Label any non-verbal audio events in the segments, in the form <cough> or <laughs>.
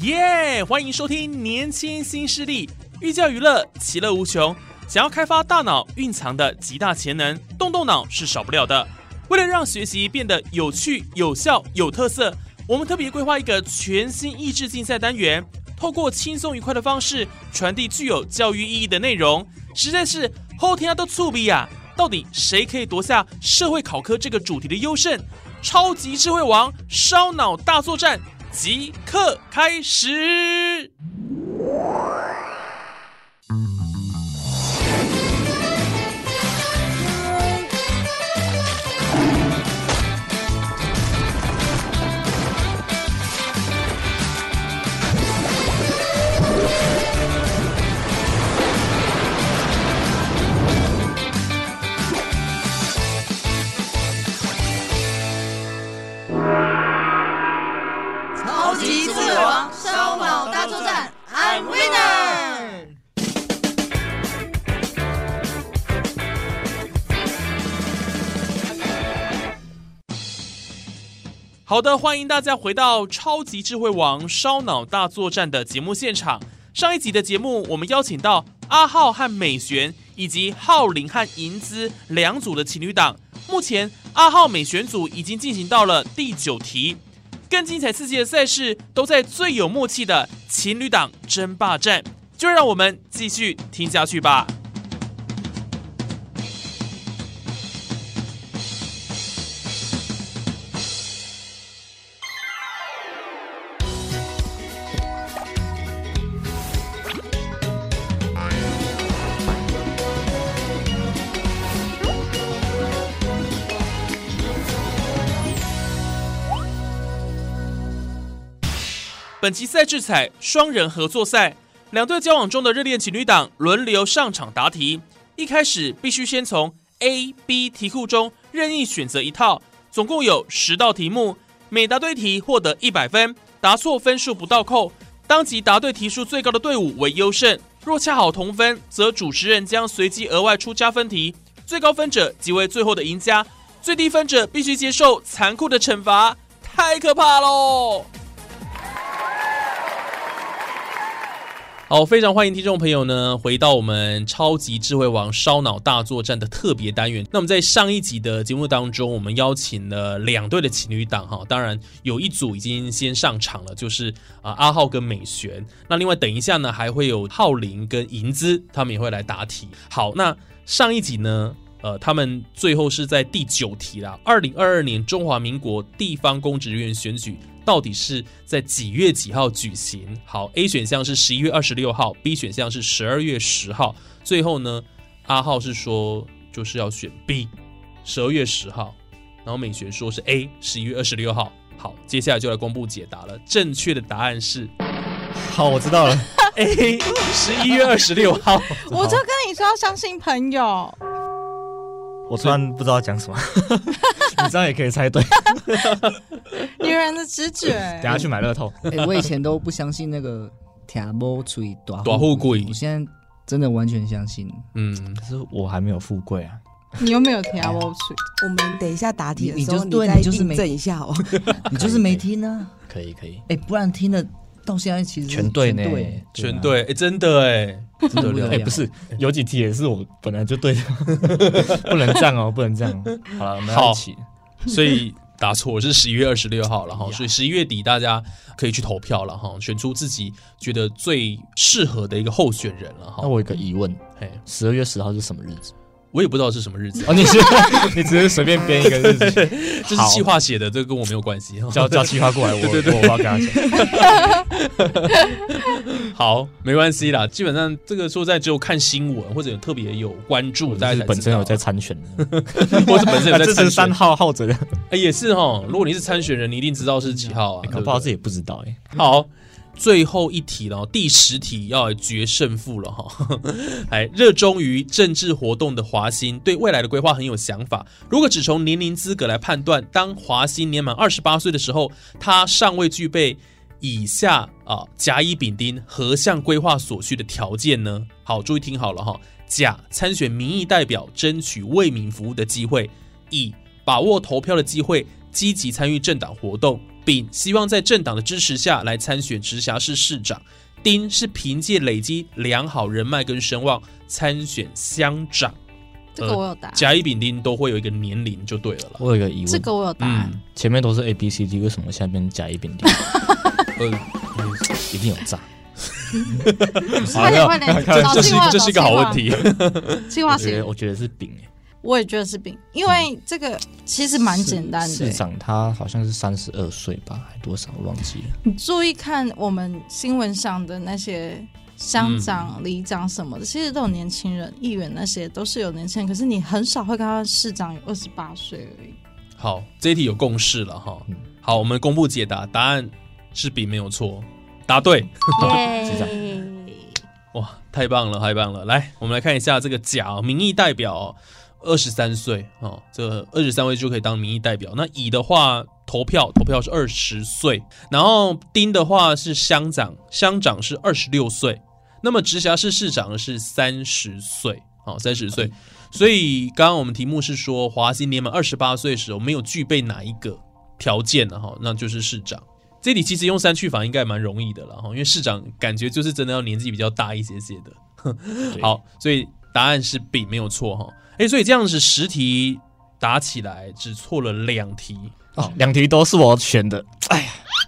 耶欢迎收听《年轻新势力》，寓教于乐，其乐无穷。想要开发大脑蕴藏的极大潜能，动动脑是少不了的。为了让学习变得有趣、有效、有特色，我们特别规划一个全新益智竞赛单元，透过轻松愉快的方式传递具有教育意义的内容。实在是后天啊都醋逼呀！到底谁可以夺下社会考科这个主题的优胜？超级智慧王烧脑大作战即刻开始！超级智慧王烧脑大作战，I'm winner！好的，欢迎大家回到《超级智慧王烧脑大作战》的节目现场。上一集的节目，我们邀请到阿浩和美璇，以及浩林和银姿两组的情侣档。目前，阿浩美璇组已经进行到了第九题，更精彩刺激的赛事都在最有默契的情侣档争霸战。就让我们继续听下去吧。本期赛制采双人合作赛，两队交往中的热恋情侣档轮流上场答题。一开始必须先从 A、B 题库中任意选择一套，总共有十道题目，每答对题获得一百分，答错分数不倒扣。当即答对题数最高的队伍为优胜，若恰好同分，则主持人将随机额外出加分题，最高分者即为最后的赢家，最低分者必须接受残酷的惩罚，太可怕喽！好，非常欢迎听众朋友呢回到我们超级智慧王烧脑大作战的特别单元。那我们在上一集的节目当中，我们邀请了两对的情侣档哈，当然有一组已经先上场了，就是啊、阿浩跟美璇。那另外等一下呢，还会有浩林跟银姿，他们也会来答题。好，那上一集呢，呃，他们最后是在第九题啦。二零二二年中华民国地方公职员选举到底是在几月几号举行？好，A 选项是十一月二十六号，B 选项是十二月十号。最后呢，阿浩是说就是要选 B，十二月十号。然后美璇说是 A，十一月二十六号。好，接下来就来公布解答了。正确的答案是好，我知道了。 A，十一月二十六号。我就跟你说要相信 <laughs> 朋友，我突然不知道 <laughs> 讲什么，你这样也可以猜对。女人的 <laughs> 直觉等。下去买乐透，哎，我以前都不相信那个挑拨嘴短大富贵我现在真的完全相信。嗯，可是我还没有富贵啊。你又没有挑我去，我们等一下答题的你你时就候，是对再你就是印没证一下哦。你就是没听啊，可以可以，哎，不然听了到现在其实全对呢，全对，哎、真的哎，真的哎、不是，有几题也是我本来就 <laughs> 对的，不能这样哦，不能这样。好了，我们好要一起。 <laughs> 所以打错是十一月二十六号了哈，呀所以十一月底大家可以去投票了哈，选出自己觉得最适合的一个候选人了那哈。我有一个疑问，嘿十二月十号是什么日子？我也不知道是什么日 <laughs> 子，哦，你是你只是随便编一个日子，这是计划写的，这个跟我没有关 <laughs> 系。叫叫企划过来，我对对对我我要跟他讲。好，没关系啦，基本上这个说实在只有看新闻或者有特别有关注，大家才就是知本身有在道，参选的， <laughs> 或者本身有 <laughs> 在支参持三选，号号者的，哎也是哈。如果你是参选人，你一定知道是几号啊，哎搞对不好对自己也不知道哎。好，最后一题了哦，第十题要来决胜负了哈。 <laughs> 哎，热衷于政治活动的华兴对未来的规划很有想法。如果只从年龄资格来判断，当华兴年满二十八岁的时候，他尚未具备以下啊甲乙丙丁合项规划所需的条件呢？好，注意听好了哈。甲参选民意代表，争取为民服务的机会；乙把握投票的机会，积极参与政党活动；丙希望在政党的支持下来参选直辖市市长；丁是凭借累积良好人脉跟声望参选乡长。这个我有答案，甲乙丙丁都会有一个年龄就对了啦。我有一个疑问，这个我有答案。嗯，前面都是 A B C D，为什么下面加 <laughs> 一点点？呃，嗯一定有诈。快点快点，这找这计是划，这是一个找好计划问。题。计我划觉写得，我觉得是丙哎，我也觉得是丙，因为这个其实蛮简单市的。长他好像是三十二岁吧，还多少我忘记了。你注意看我们新闻上的那些乡长、里长什么的，其实都有年轻人，议员那些都是有年轻人，可是你很少会看到市长有二十八岁而已。好，这一题有共识了哈嗯。好，我们公布解答，答案是丙没有错，答对。是这哇，太棒了，太棒了！来，我们来看一下这个甲民意代表，二十三岁哦，这二十三岁就可以当民意代表。那乙的话，投票投票是二十岁，然后丁的话是乡长，乡长是二十六岁，那么直辖市市长是三十岁，哦，三十岁。所以刚刚我们题目是说，华兴年满二十八岁时候没有具备哪一个条件呢？哈，那就是市长。这里其实用删去法应该蛮容易的了哈，因为市长感觉就是真的要年纪比较大一些些的。对好，所以答案是 B 没有错哈。哎，所以这样子十题答起来只错了两题，哦，两题都是我选的。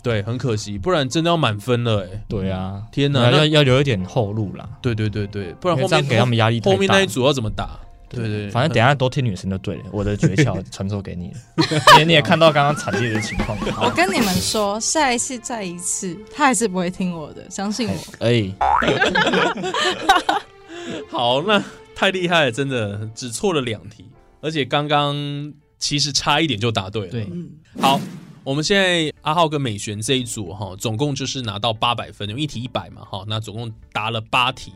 对，很可惜，不然真的要满分了哎。对啊，天哪那要要留一点后路啦，对对对对，不不然后这样面给他们压力太大。后面那一组要怎么打？对对，反正等一下多听女生就对了。我的诀窍传授给你了，你你也看到刚刚惨烈的情况。我好跟你们说，下一次再一次，他还是不会听我的，相信我。 <laughs> 哎， <laughs> 好，那太厉害了，真的只错了两题，而且刚刚其实差一点就答对了。对，好，我们现在阿浩跟美璇这一组哈，总共就是拿到八百分，因为一题一百嘛哈，那总共答了八题。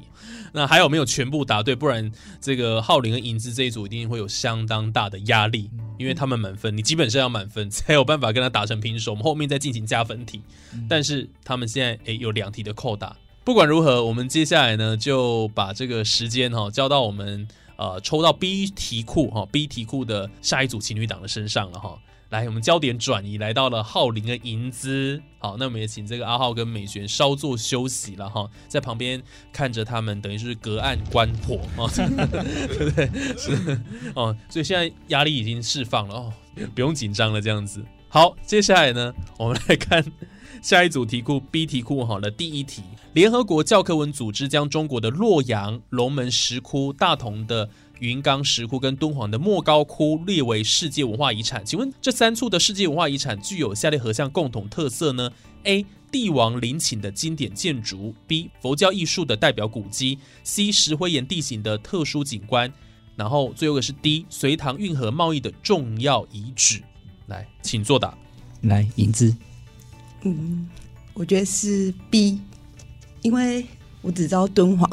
那还有没有全部答对？不然这个浩林跟银子这一组一定会有相当大的压力，因为他们满分，你基本上要满分 <laughs> 才有办法跟他打成平手。我们后面再进行加分题，但是他们现在诶有两题的扣打。不管如何，我们接下来呢就把这个时间哈、交到我们呃抽到 B 题库哈、B 题库的下一组情侣档的身上了哈、来，我们焦点转移来到了浩林跟银姿。好，那我们也请这个阿浩跟美璇稍作休息了哈，在旁边看着他们，等于是隔岸观火哦，对不 <laughs> 对？是哦，所以现在压力已经释放了哦，不用紧张了这样子。好，接下来呢，我们来看下一组题库 B 题库好了，第一题，联合国教科文组织将中国的洛阳、龙门石窟、大同的云冈石窟跟敦煌的莫高窟列为世界文化遗产。请问这三处的世界文化遗产具有下列何项共同特色呢？A. 帝王陵寝的经典建筑；B. 佛教艺术的代表古迹；C. 石灰岩地形的特殊景观。然后最后一个是 D. 隋唐运河贸易的重要遗址。来，请作答。来，银子，嗯，我觉得是 B，因为我只知道敦煌，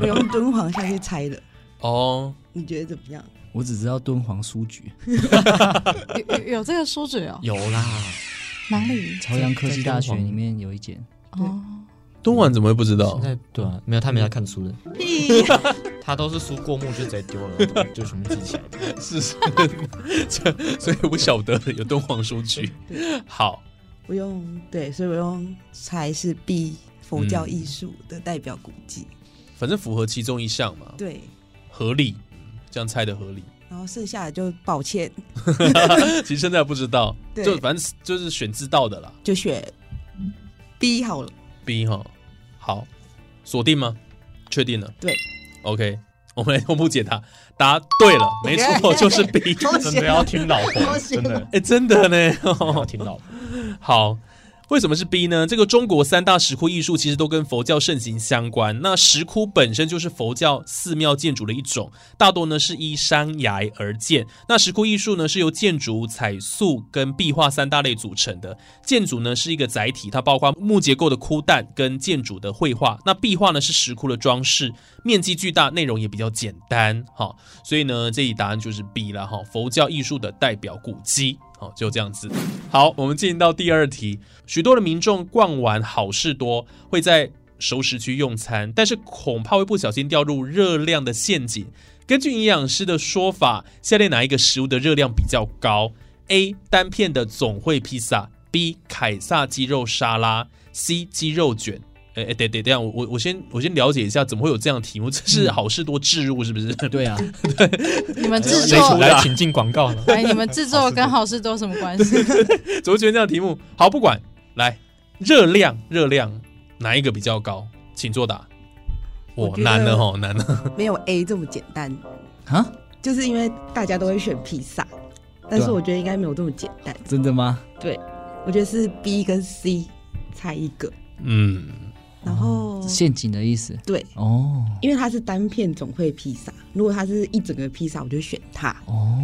我用敦煌下去猜的。哦，你觉得怎么样？我只知道敦煌书局，有有有这个书嘴哦，有啦，哪里？朝阳科技大学在敦煌里面有一间。哦，东莞怎么会不知道现？在对啊，没有他没在看书的，屁！ <laughs> 他都是书过目就直接丢了， <laughs> 就全部记起来。是是，这所以我晓得有敦煌书局。好，我用对，所以我用猜是 B，佛教艺术的代表古迹。反正符合其中一项嘛，对，合理，嗯这样猜的合理。然后剩下的就抱歉，其实现在不知道，对就反正就是选知道的啦。就选 B 好了。 B 哈，好，锁定吗？确定了。对，OK，我们来公布解答，答对了，没错，就是 B。真的要听老婆，真的哎、真的呢， <laughs> 要听老婆。好，为什么是 B 呢？这个中国三大石窟艺术其实都跟佛教盛行相关。那石窟本身就是佛教寺庙建筑的一种，大多呢是依山崖而建。那石窟艺术呢是由建筑、彩塑跟壁画三大类组成的。建筑呢是一个载体，它包括木结构的窟蛋跟建筑的绘画。那壁画呢是石窟的装饰，面积巨大，内容也比较简单。好，所以呢这一答案就是 B 啦。哈，佛教艺术的代表古迹。好，就这样子。好，我们进到第二题。许多的民众逛完好事多，会在熟食区用餐，但是恐怕会不小心掉入热量的陷阱。根据营养师的说法，下列哪一个食物的热量比较高？A. 单片的总汇披萨，B. 凯撒鸡肉沙拉，C. 鸡肉卷。哎哎，等等等一下，我我我先我先了解一下，怎么会有这样的题目？这是好事多置入是不是？ <laughs> 对啊，你们制谁作出来请进广告呢？ <laughs> 哎，你们制作跟好事多什么关系？怎么觉得这样的题目？好，不管，来，热量，热量哪一个比较高？请作答。我哇，觉得难了哦，难了。没有 A 这么简单，啊，就是因为大家都会选披萨，但是对啊我觉得应该没有这么简单。真的吗？对，我觉得是 B 跟 C 猜一个，嗯，然后陷阱的意思对，哦因为它是单片总会披萨，如果它是一整个披萨，我就选它。哦。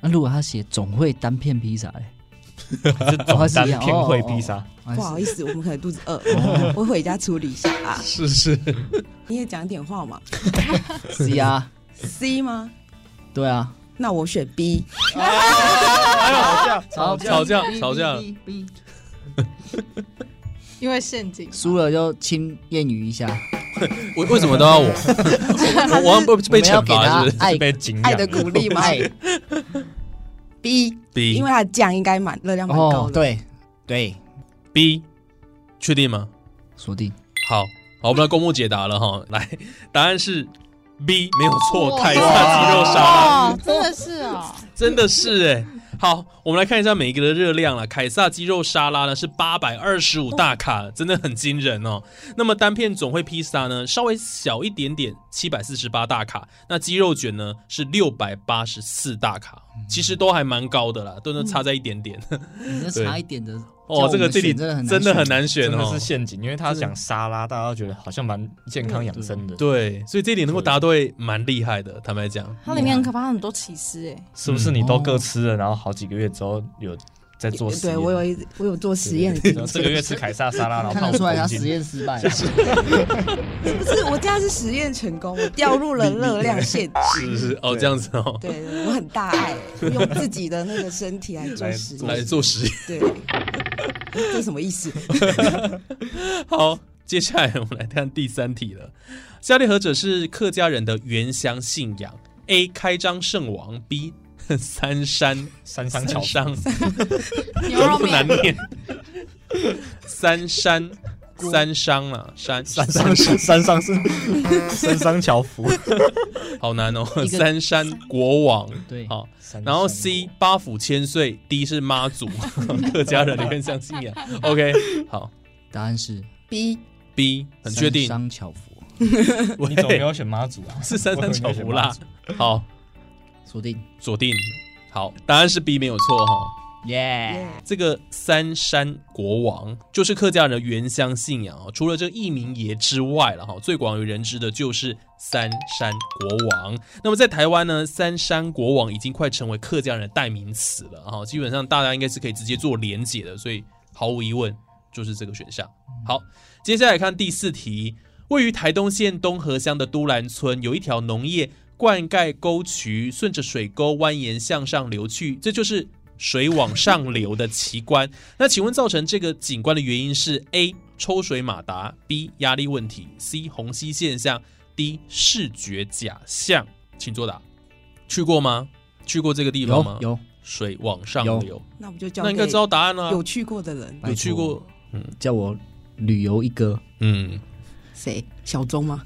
那如果他写总会单片披萨嘞，是总单片会披萨，还是不好意思，我们可能肚子饿，我回家处理一下啊。是是，你也讲点话嘛 C 啊， ，C 吗？对啊，那我选 B，哎吵吵架吵架 <laughs> 因为陷 <laughs> 阱。输了就亲谚语一下， <laughs> 为为什么都要我？我我好像被被我们要惩给罚他是不是爱被敬爱仰的鼓励吗爱？B， ？B 因为它的酱应该蛮热量蛮高哦，的。对对， B，确定吗？锁定好，好，我们来公布解答了哈。来，答案是 B，没有错，哇凯撒鸡肉沙拉。哦，真的是哦，真的是哎、好，我们来看一下每一个的热量了。凯撒鸡肉沙拉呢是八百二十五大卡，真的很惊人哦。那么单片总会披萨呢稍微小一点点，七百四十八大卡。那鸡肉卷呢是六百八十四大卡，其实都还蛮高的啦，都能差在一点点。你这差一点的哦，这个这这里真的很真的很选难选真的哦是。陷阱，因为他讲沙拉，大家觉得好像蛮健康养生的，对，所以这一点能够答对，蛮厉害的。坦白讲，它里面很可怕，很多起司哎。是不是？你都各吃了，然后好几个月之后有在做实对验，我有一我有做实验的对经对对验，这个月吃凯撒沙拉， <laughs> 然后看得出来他胖十公斤实验失败了，不是我这样是实验成功，我掉入了热量陷是阱。是哦，这样子哦，对，我很大爱，用自己的那个身体来做来实来验。做实验。对，这什么意思？好，接下来我们来看第三题了。下列何者是客家人的原乡信仰？A. 开张圣王，B. <laughs> 三山三商三巧商，牛肉不难面，念。三山三商啊，山三商是三商是三商巧福，好难哦。一个三山国王对好，然后 C 八府千岁，D 是妈祖， <laughs> 客家人的原乡信仰。OK，好答案是，B 很确定，商巧福，你怎么没有选妈祖 <laughs> 啊？是三山巧福啦。好，锁定锁定。好，答案是 B 没有错哈、耶，这个三山国王就是客家人的原乡信仰哦。除了这一名爷之外了哈，最广为人知的就是三山国王。那么在台湾呢，三山国王已经快成为客家人的代名词了哈。基本上大家应该是可以直接做连结的，所以毫无疑问就是这个选项。好，接下来看第四题，位于台东县东河乡的都兰村有一条农业灌溉沟渠，顺着水沟蜿蜒向上流去，这就是水往上流的奇观。那请问造成这个景观的原因是 A 抽水马达，B 压力问题，C 虹吸现象，D 视觉假象，请作答。去过吗？去过这个地方吗有？有，水往上有流，那我就交那给应该知道答案啊了、有去过的人，拜有去托过，叫我旅游一哥，嗯，谁？小钟吗？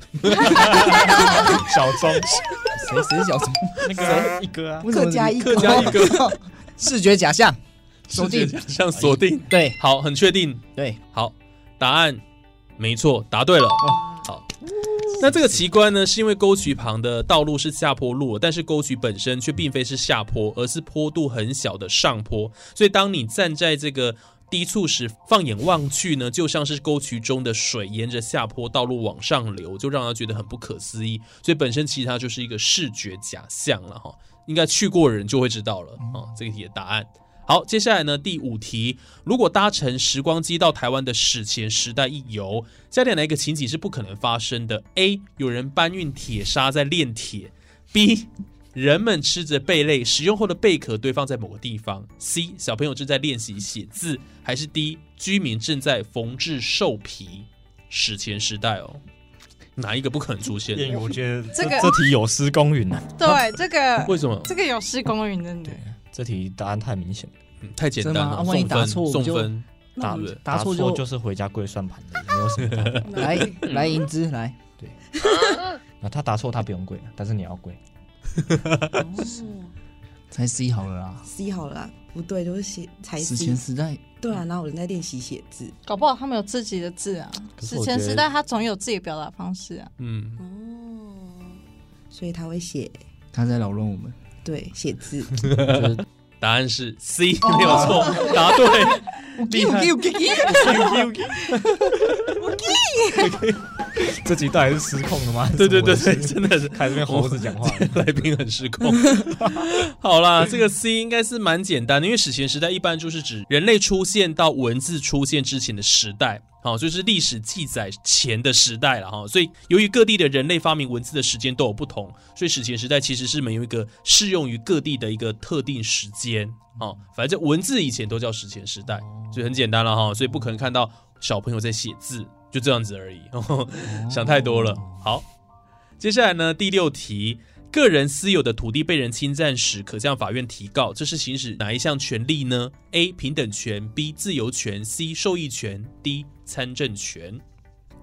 小钟谁谁是 <laughs> 小钟？那个一哥啊，为什么客家一哥客家一哥， <laughs> 视觉假象，视锁觉定假象锁定，对好，很确定，对，好，答案没错，答对了。好，那这个奇观呢，是因为沟渠旁的道路是下坡路，但是沟渠本身却并非是下坡，而是坡度很小的上坡。所以当你站在这个低处时，放眼望去呢，就像是沟渠中的水沿着下坡道路往上流，就让他觉得很不可思议。所以本身其实它就是一个视觉假象了哈，应该去过的人就会知道了啊、这个题的答案。好，接下来呢，第五题，如果搭乘时光机到台湾的史前时代一游，下列哪一个情景是不可能发生的？A. 有人搬运铁砂在炼铁；B. 人们吃着贝类，食用后的贝壳堆放在某个地方；C. 小朋友正在练习写字，还是 D. 居民正在缝制兽皮？史前时代哦，哪一个不可能出现？谚语我觉得这这个这题有失公允啊，对，这 <laughs> 个为什么？这个有失公允，真的。这题答案太明显了，嗯太简单真的了，吗啊万一送答分错我送就分，那我对答错错就就是回家跪算盘的，没有什么 <laughs> 答案。 <laughs> 来来银之来，那他答错他不用跪，但是你要跪。 <laughs> 猜 C 好了啦。哦 C 好了啦，不对，都是写才史前 C。时代对啊，哪有人在练习写字？搞不好他们有自己的字啊。可是史我觉前得时代他总有自己的表达方式啊。嗯，所以他会写他在扰乱我们，对写字。答案是 C，没有错，答对，厉害。这集到底是失控了 <laughs> 吗？对对对怎对，么回事真的是开始跟猴子讲话了。 <laughs> 来宾很失控。好啦，这个 C 应该是蛮简单的，因为史前时代一般就是指人类出现到文字出现之前的时代。好，就是历史记载前的时代了哈，所以由于各地的人类发明文字的时间都有不同，所以史前时代其实是没有一个适用于各地的一个特定时间哦。反正文字以前都叫史前时代，所以很简单了哈，所以不可能看到小朋友在写字，就这样子而已。 <laughs> 想太多了。好，接下来呢，第六题，个人私有的土地被人侵占时，可向法院提告，这是行使哪一项权利呢？A. 平等权，B. 自由权，C. 受益权，D. 参政权。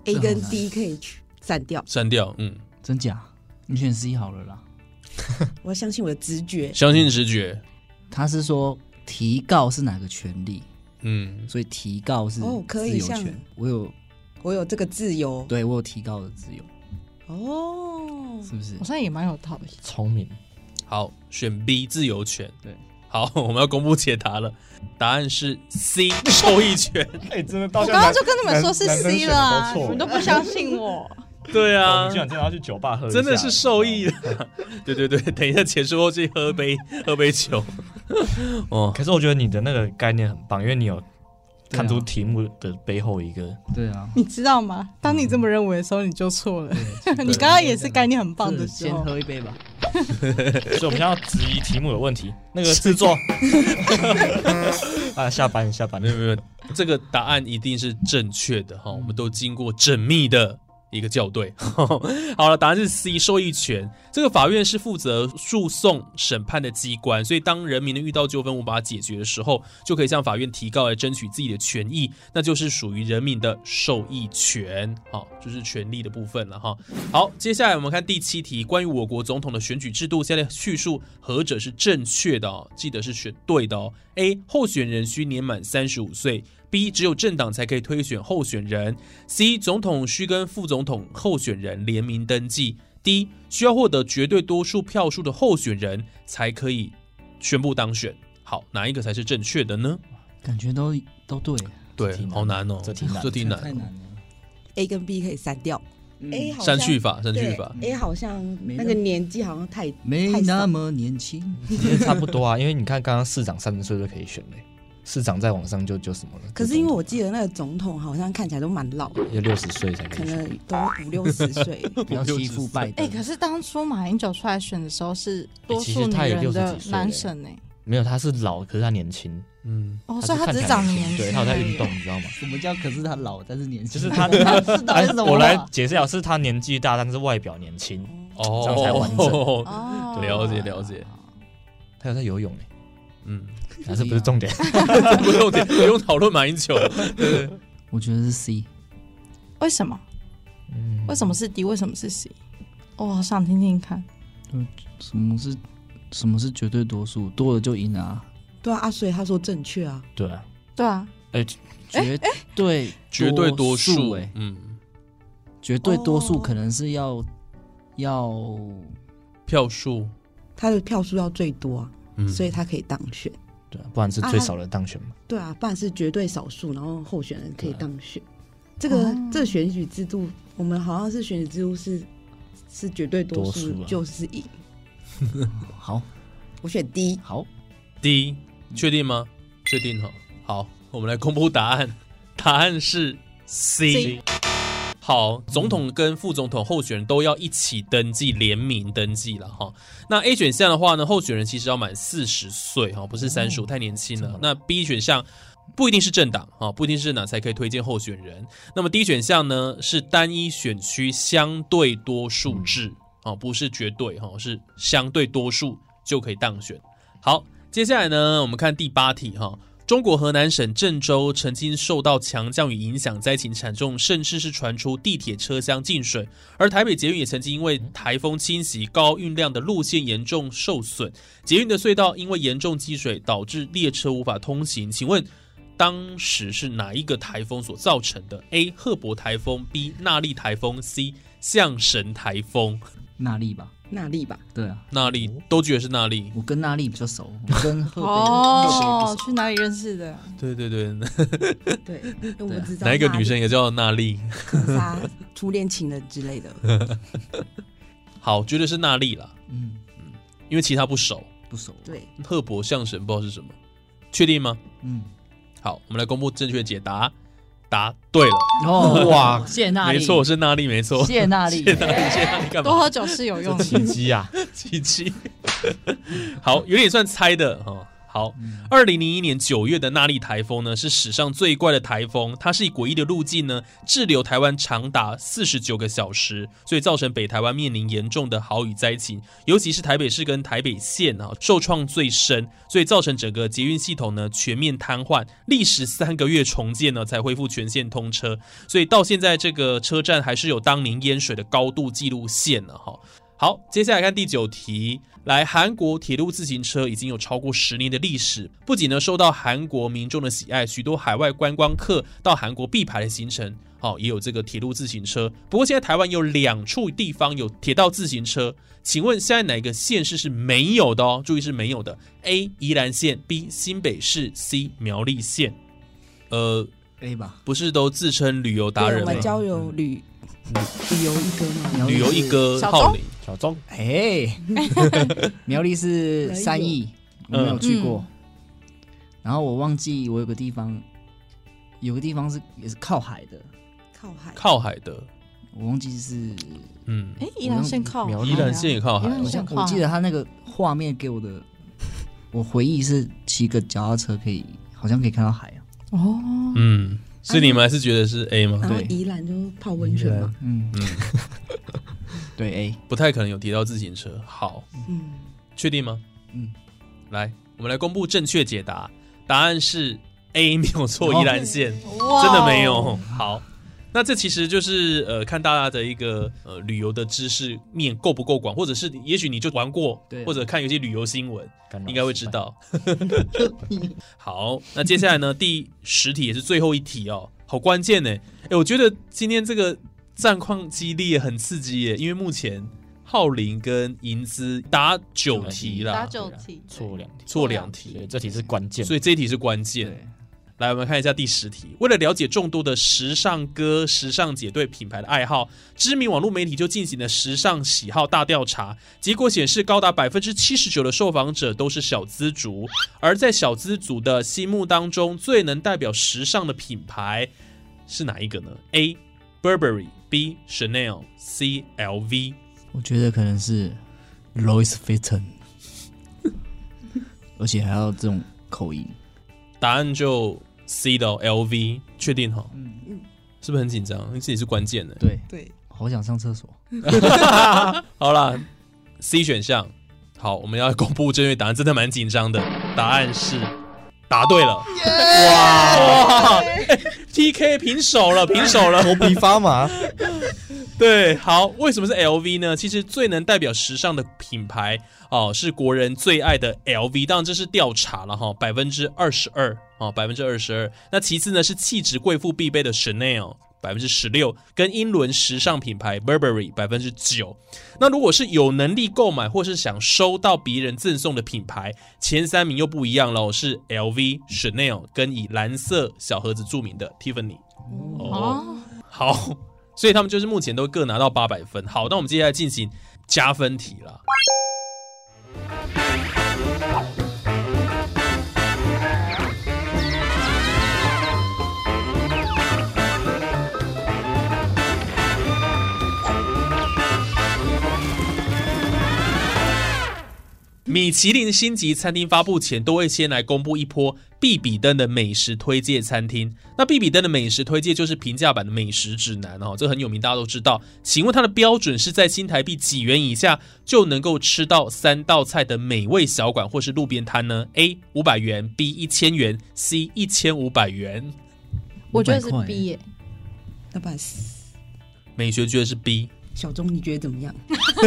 A 好跟难 D 可以去删掉，删掉，嗯，真假？你选 C 好了啦。我要相信我的直觉。相信直觉，他是说提告是哪个权利？嗯，所以提告是哦可以自由像权。我有，我有这个自由对我有提告的自由，哦，是不是好？像也蛮有道理。聪明，好，选 B 自由权，对。好，我们要公布解答了，答案是 <laughs> C 受益权。哎，真的，我我刚刚就跟你们说是 C 了啊，你们都不相信我。对啊，居然真的要去酒吧喝一下，真的是受益了。 <laughs> 对对对，等一下结束后去喝杯喝杯 <laughs> 酒。哦，可是我觉得你的那个概念很棒，因为你有对啊看出题目的背后一个，对啊， <laughs> 你知道吗？当你这么认为的时候，你就错 <laughs> 了。你刚刚也是概念很棒的时先候。喝一杯吧。所以我们现在要质疑题目有问题。那个制作啊，下班下班没，有没有，这个答案一定是正确的哈，我们都经过缜密的。一个校对， <laughs> 好了，答案是 C，受益权。这个法院是负责诉讼审判的机关，所以当人民呢遇到纠纷无法解决的时候，就可以向法院提告来争取自己的权益，那就是属于人民的受益权，好，就是权利的部分了哈。好，接下来我们看第七题，关于我国总统的选举制度，现在叙述何者是正确的哦，记得是选对的哦。A. 候选人需年满三十五岁；B. 只有政党才可以推选候选人；C. 总统需跟副总统候选人联名登记；D. 需要获得绝对多数票数的候选人才可以宣布当选。好，哪一个才是正确的呢？感觉都都对，对题，难好难哦，这题难这题太难。难了。 A 跟 B 可以删掉。A 嗯哎好像删去法，删去对法。 A 好像那个年纪好像太嗯没太那少么年轻，其实差不多啊，因为你看刚刚市长三十岁就可以选嘞，市长再往上就就什么了。可是因为我记得那个总统好像看起来都蛮老的，要六十岁才可可以选能，都五六十岁。不要欺负拜登。哎，可是当初马英九出来选的时候是多嗯哎其数实女他也人60的几岁欸男嘞神哎，没有他是老，可是他年轻，嗯，哦，所以他看只起是来长年年轻对，轻他有在而已运动，你知道吗？什么叫可是他老，但是年轻？就是 <laughs> 他是到底是什么啊？我来解释一下，是他年纪大，但是外表年轻。哦，这样才完整哦了解了解，他有在游泳呢，嗯，但是不是重点？ <laughs> 不用不用讨论马英 <laughs> 九，我觉得是 C，为什么？为什么是 D？为什么是 C？我好想听听看。什么是什么是绝对多数？多了就赢了啊！对啊，啊所以他说正确啊。对啊，对啊，绝对绝对多数数欸哎，，嗯，绝对多哦数可能是要、要票数，他的票数要最多啊，嗯，所以他可以当选。对啊，不然是最少的当选嘛。对啊，不然是绝对少数，然后候选人可以当选。这个、这个选举制度，我们好像是选举制度是是绝对多多数数啊就是赢。好我选 D，好第一，确定吗？确定哈。好，我们来公布答案，答案是 C。好，总统跟副总统候选人都要一起登记，联名登记了哈。那 A 选项的话呢，候选人其实要满四十岁哈，不是三十五，太年轻了。那 B 选项不一定是政党啊，不一定是政党才可以推荐候选人。那么 D 选项呢，是单一选区相对多数制啊，不是绝对哈，是相对多数就可以当选。好，接下来呢，我们看第八题哈。中国河南省郑州曾经受到强降雨影响，灾情惨重，甚至是传出地铁车厢进水。而台北捷运也曾经因为台风侵袭，高运量的路线严重受损，捷运的隧道因为严重积水，导致列车无法通行。请问当时是哪一个台风所造成的？A. 赫伯台风，B. 纳利台风，C. 象神台风。娜丽吧，纳利吧，对啊，纳利都觉得是纳利，我跟娜丽比较熟，我跟贺北哦，去哪里认识的？对对对，对，因为我只知道哪一个纳女生利也叫纳利？可杀初恋情人之类的。好，绝对是纳利啦，嗯因为其他不熟。不熟，，对，赫伯象神不知道是什么，确定吗？嗯，好，我们来公布正确解答，答对了，哦哇，谢谢娜丽，没错，，是纳利，没错。谢谢娜丽， <laughs> 纳利，谢纳利干多嘛？喝酒是有用的。奇迹啊！七七， <laughs> 好，有点算猜的哈、哦。好，二零零一年九月的纳利台风呢，是史上最怪的台风。它是以诡异的路径呢，滞留台湾长达四十九个小时，所以造成北台湾面临严重的豪雨灾情，尤其是台北市跟台北县啊，受创最深，所以造成整个捷运系统呢全面瘫痪，历时三个月重建呢才恢复全线通车，所以到现在这个车站还是有当年淹水的高度记录线呢、哦哈。好，接下来看第九题。来，韩国铁路自行车已经有超过十年的历史，不仅呢受到韩国民众的喜爱，许多海外观光客到韩国必排的行程，哦，也有这个铁路自行车。不过现在台湾有两处地方有铁道自行车，请问现在哪个县市是没有的哦？注意是没有的。A. 宜兰县，B. 新北市，C. 苗栗县。呃， ，A 吧，不是都自称旅游达对，人我吗们？交友旅嗯旅游一哥嘛，苗栗旅游一是，哥小浩钟林， <laughs> 小钟，哎，苗栗是三义，我没有去过，然后我忘记我有个地方，有个地方是也是靠海的，靠海，靠海的，我忘记是，嗯，哎，宜兰县靠苗海栗宜兰县也靠宜海兰哦我。县像靠海我记得他那个画面给我的，我回忆是骑个脚踏车可以，好像可以看到海啊，哦，嗯，是你们还是觉得是嗯 A 吗？然后对宜兰就泡温泉嘛，嗯嗯， <laughs> 对哎 A，不太可能有提到自行车。好，嗯，确定吗？嗯，来，我们来公布正确解答，答案是 A，没 <laughs> 有错，宜兰县。哇真的没有。好，那这其实就是呃，看大家的一个呃旅游的知识面够不够广，或者是也许你就玩过，对啊或者看有些旅游新闻，干扰应该会知道。 <laughs> 好，那接下来呢，第十题也是最后一题哦，好关键呢。哎，我觉得今天这个战况激烈，很刺激耶，因为目前浩林跟银姿答九题打啦，九题，啊错两题，错两对，题，这题是关键，所以这一题是关键。对，来，我们看一下第十题。为了了解众多的时尚歌、时尚姐对品牌的爱好，知名网络媒体就进行了时尚喜好大调查。结果显示，高达百分之七十九的受访者都是小资族，而在小资族的心目当中，最能代表时尚的品牌是哪一个呢？A. Burberry，B. Chanel，C. LV。我觉得可能是 Louis <laughs> Vuitton，而且还要这种口音，答案就 C 的、哦、LV，确定哈、嗯是不是很紧张？因为这也是关键的。对，对，好想上厕所，好啦 c 选项。好，我们要公布正确答案，真的蛮紧张的。答案是答对了，哇哇、哎 PK 平手了，平手了。头皮发麻。 <laughs> 对，好，为什么是 LV 呢？其实最能代表时尚的品牌哦，是国人最爱的 LV。当然这是调查了哈，百分之二十二哦，百分之二十二。那其次呢是气质贵妇必备的 Chanel。百分之十六，跟英伦时尚品牌 Burberry 百分之九。那如果是有能力购买或是想收到别人赠送的品牌，前三名又不一样喽，是 LV、Chanel 跟以蓝色小盒子著名的 Tiffany。哦，哦，好， <laughs> 所以他们就是目前都各拿到八百分。好，那我们接下来进行加分题了。米其林星级餐厅发布前，都会先来公布一波必比登的美食推荐餐厅。那必比登的美食推荐就是平价版的美食指南哦，这很有名，大家都知道。请问它的标准是在新台币几元以下就能够吃到三道菜的美味小馆或是路边摊呢？A 五百元，B 一千元，C 一千五百元。我觉得是500块 B 耶，那把美学觉得是 B，小钟你觉得怎么样？ <laughs>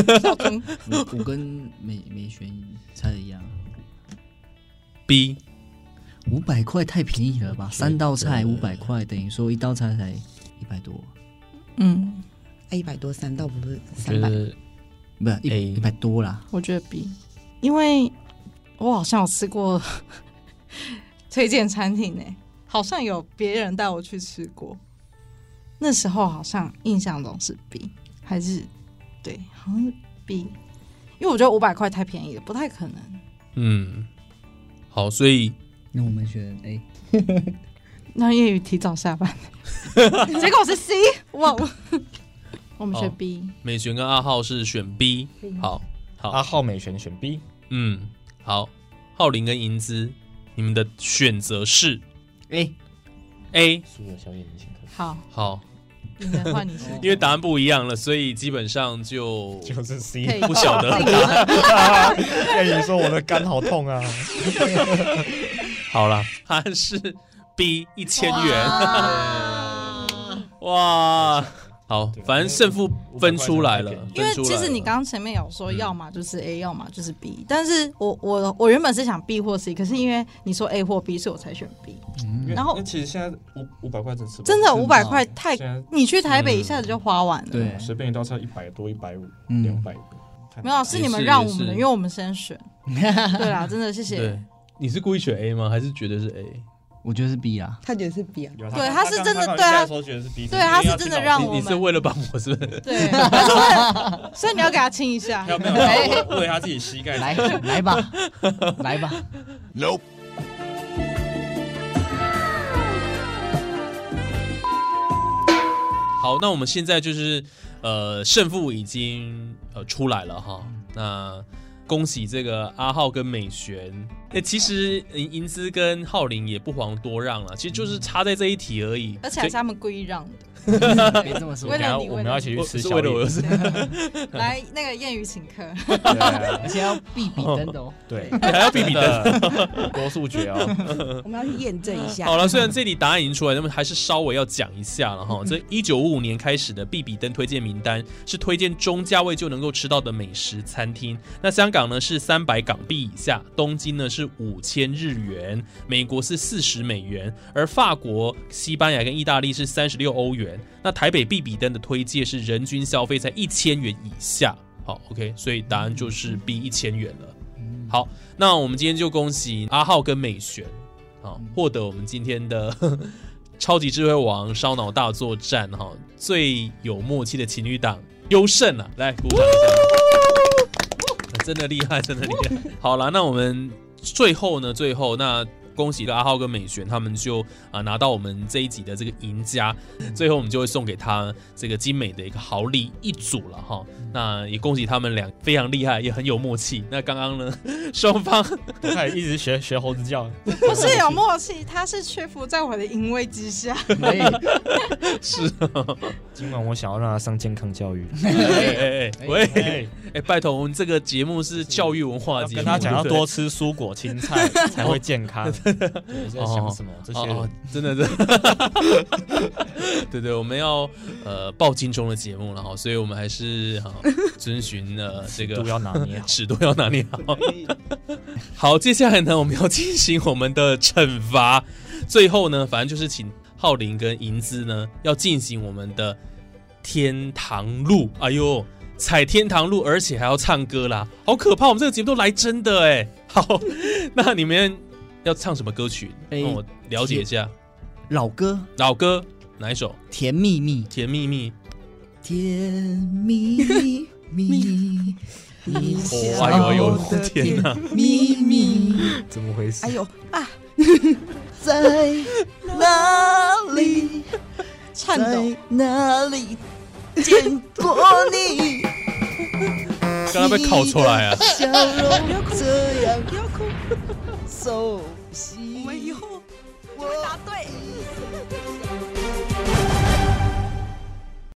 我我跟美美璇猜的一样， B 五百块太便宜了吧？三道菜五百块，等于说一道菜才一百多，嗯，哎，一百多三道不是觉三百？得不是 A 一一百多啦。我觉得 B，因为我好像有吃过 <laughs> 推荐餐厅诶，好像有别人带我去吃过，那时候好像印象中是 B 还是对，好像是 B，因为我觉得五百块太便宜了，不太可能。嗯，好，所以那我们选 A，那夜雨提早下班， <laughs> 结果是 C，哇！我们选 B，、美璇跟阿浩是选 B，好 <laughs> 好阿啊浩美选选 B，嗯，好，浩林跟银姿，你们的选择是 A A。输了小眼睛。好，好，你的换你先因为答案不一样了，所以基本上就就是 C， <laughs> 可以不晓得了。 <laughs> 叶雨说我的肝好痛啊，好了，答案是 B 一千元。 <laughs> 哇，好，反正胜负分出来了，啊因为分出其来实了你刚刚前面有说，要么就是 A，、要么就是 B，但是我我我原本是想 B 或 C，可是因为你说 A 或 B，所以我才选 B。然后因为其实现在五五百块真吃不真的到五百块太现，在你去台北一下子就花完了。对，随便一道菜一百多、一百五、嗯两百多，太没有啊是你们让我们也的，是因为我们先选。对啦，真的谢谢。对，你是故意选 A 吗？还是觉得是 A？我觉得是 B <laughs> 啊。他觉得是 B 啊，有对他是真的刚对啊他说觉得是 B，对他是真的让哦我你你是们为了帮我是不是？对，但是为了 <laughs> 所以你要给他亲一下 <laughs> 没。有没 <laughs> 有，哎他为为他自己膝盖来来吧，来 <laughs> 吧，好，那我们现在就是呃胜负已经呃出来了哈，那恭喜这个阿浩跟美璇。那、其实银银姿跟浩林也不遑多让了，其实就是差在这一题而已。而且还是他们故意让的。别这么说为。了然后你我为们了要一起去我吃是宵为夜，了我是 <laughs> 来，那个谚语请客。 <laughs> 对啊而且要必比登的哦，对，还要比比的。 <laughs> 多数决哦，我们要去验证一下。呃好了，虽然这里答案已经出来，那么还是稍微要讲一下了哈。这一九五五年开始的必比登推荐名单是推荐中价位就能够吃到的美食餐厅。那香港呢是三百港币以下，东京呢是五千日元，美国是四十美元，而法国、西班牙跟意大利是三十六欧元。那台北必比登的推荐是人均消费在一千元以下。好，OK，所以答案就是 B 一千元了。好，那我们今天就恭喜阿浩跟美璇。好，啊获得我们今天的 <laughs> 超级智慧王烧脑大作战哈最有默契的情侣档优胜了、来鼓掌一下，真的厉害，真的厉害。好了，那我们最后呢，最后那。恭喜了阿浩跟美璇，他们就啊拿到我们这一集的这个赢家，最后我们就会送给他这个精美的一个好礼一组了哈。那也恭喜他们俩非常厉害，也很有默契。那刚刚呢， <laughs> 双方他也一直学学猴子叫， <laughs> 不是啊有默契，他是屈服在我的淫威之下。可以是、今晚我想要让他上健康教 <laughs> 育，哎哎哎， <laughs> 喂。对， <laughs> 哎、拜托，我们这个节目是教育文化 <laughs> 要节目，跟他讲要对不对多吃蔬果青 <laughs> 菜才会健康。对你在想什么？这些哦人哦，真的是，对对，我们要呃报金钟的节目了哈，所以我们还是哈、遵循呃这 <laughs> 个。都要拿捏好尺度要拿捏好。 <laughs> 好，接下来呢，我们要进行我们的惩罚。最后呢，反正就是请浩林跟银姿呢，要进行我们的天堂路。哎呦，踩天堂路，而且还要唱歌啦，好可怕！我们这个节目都来真的哎。好， <laughs> 那你们要唱什么歌曲？哎让我了解一下。老歌老歌哪一首？ 《甜蜜蜜》 《甜蜜蜜甜蜜蜜，你》。哦，哎呦哎笑呦，得天哪！蜜蜜，怎么回事哎？呦啊， <laughs> 在哪里？颤抖在。哪里见过你？刚刚被烤出来啊！笑容这 <laughs> 样不要哭，熟悉。我们以后我答对。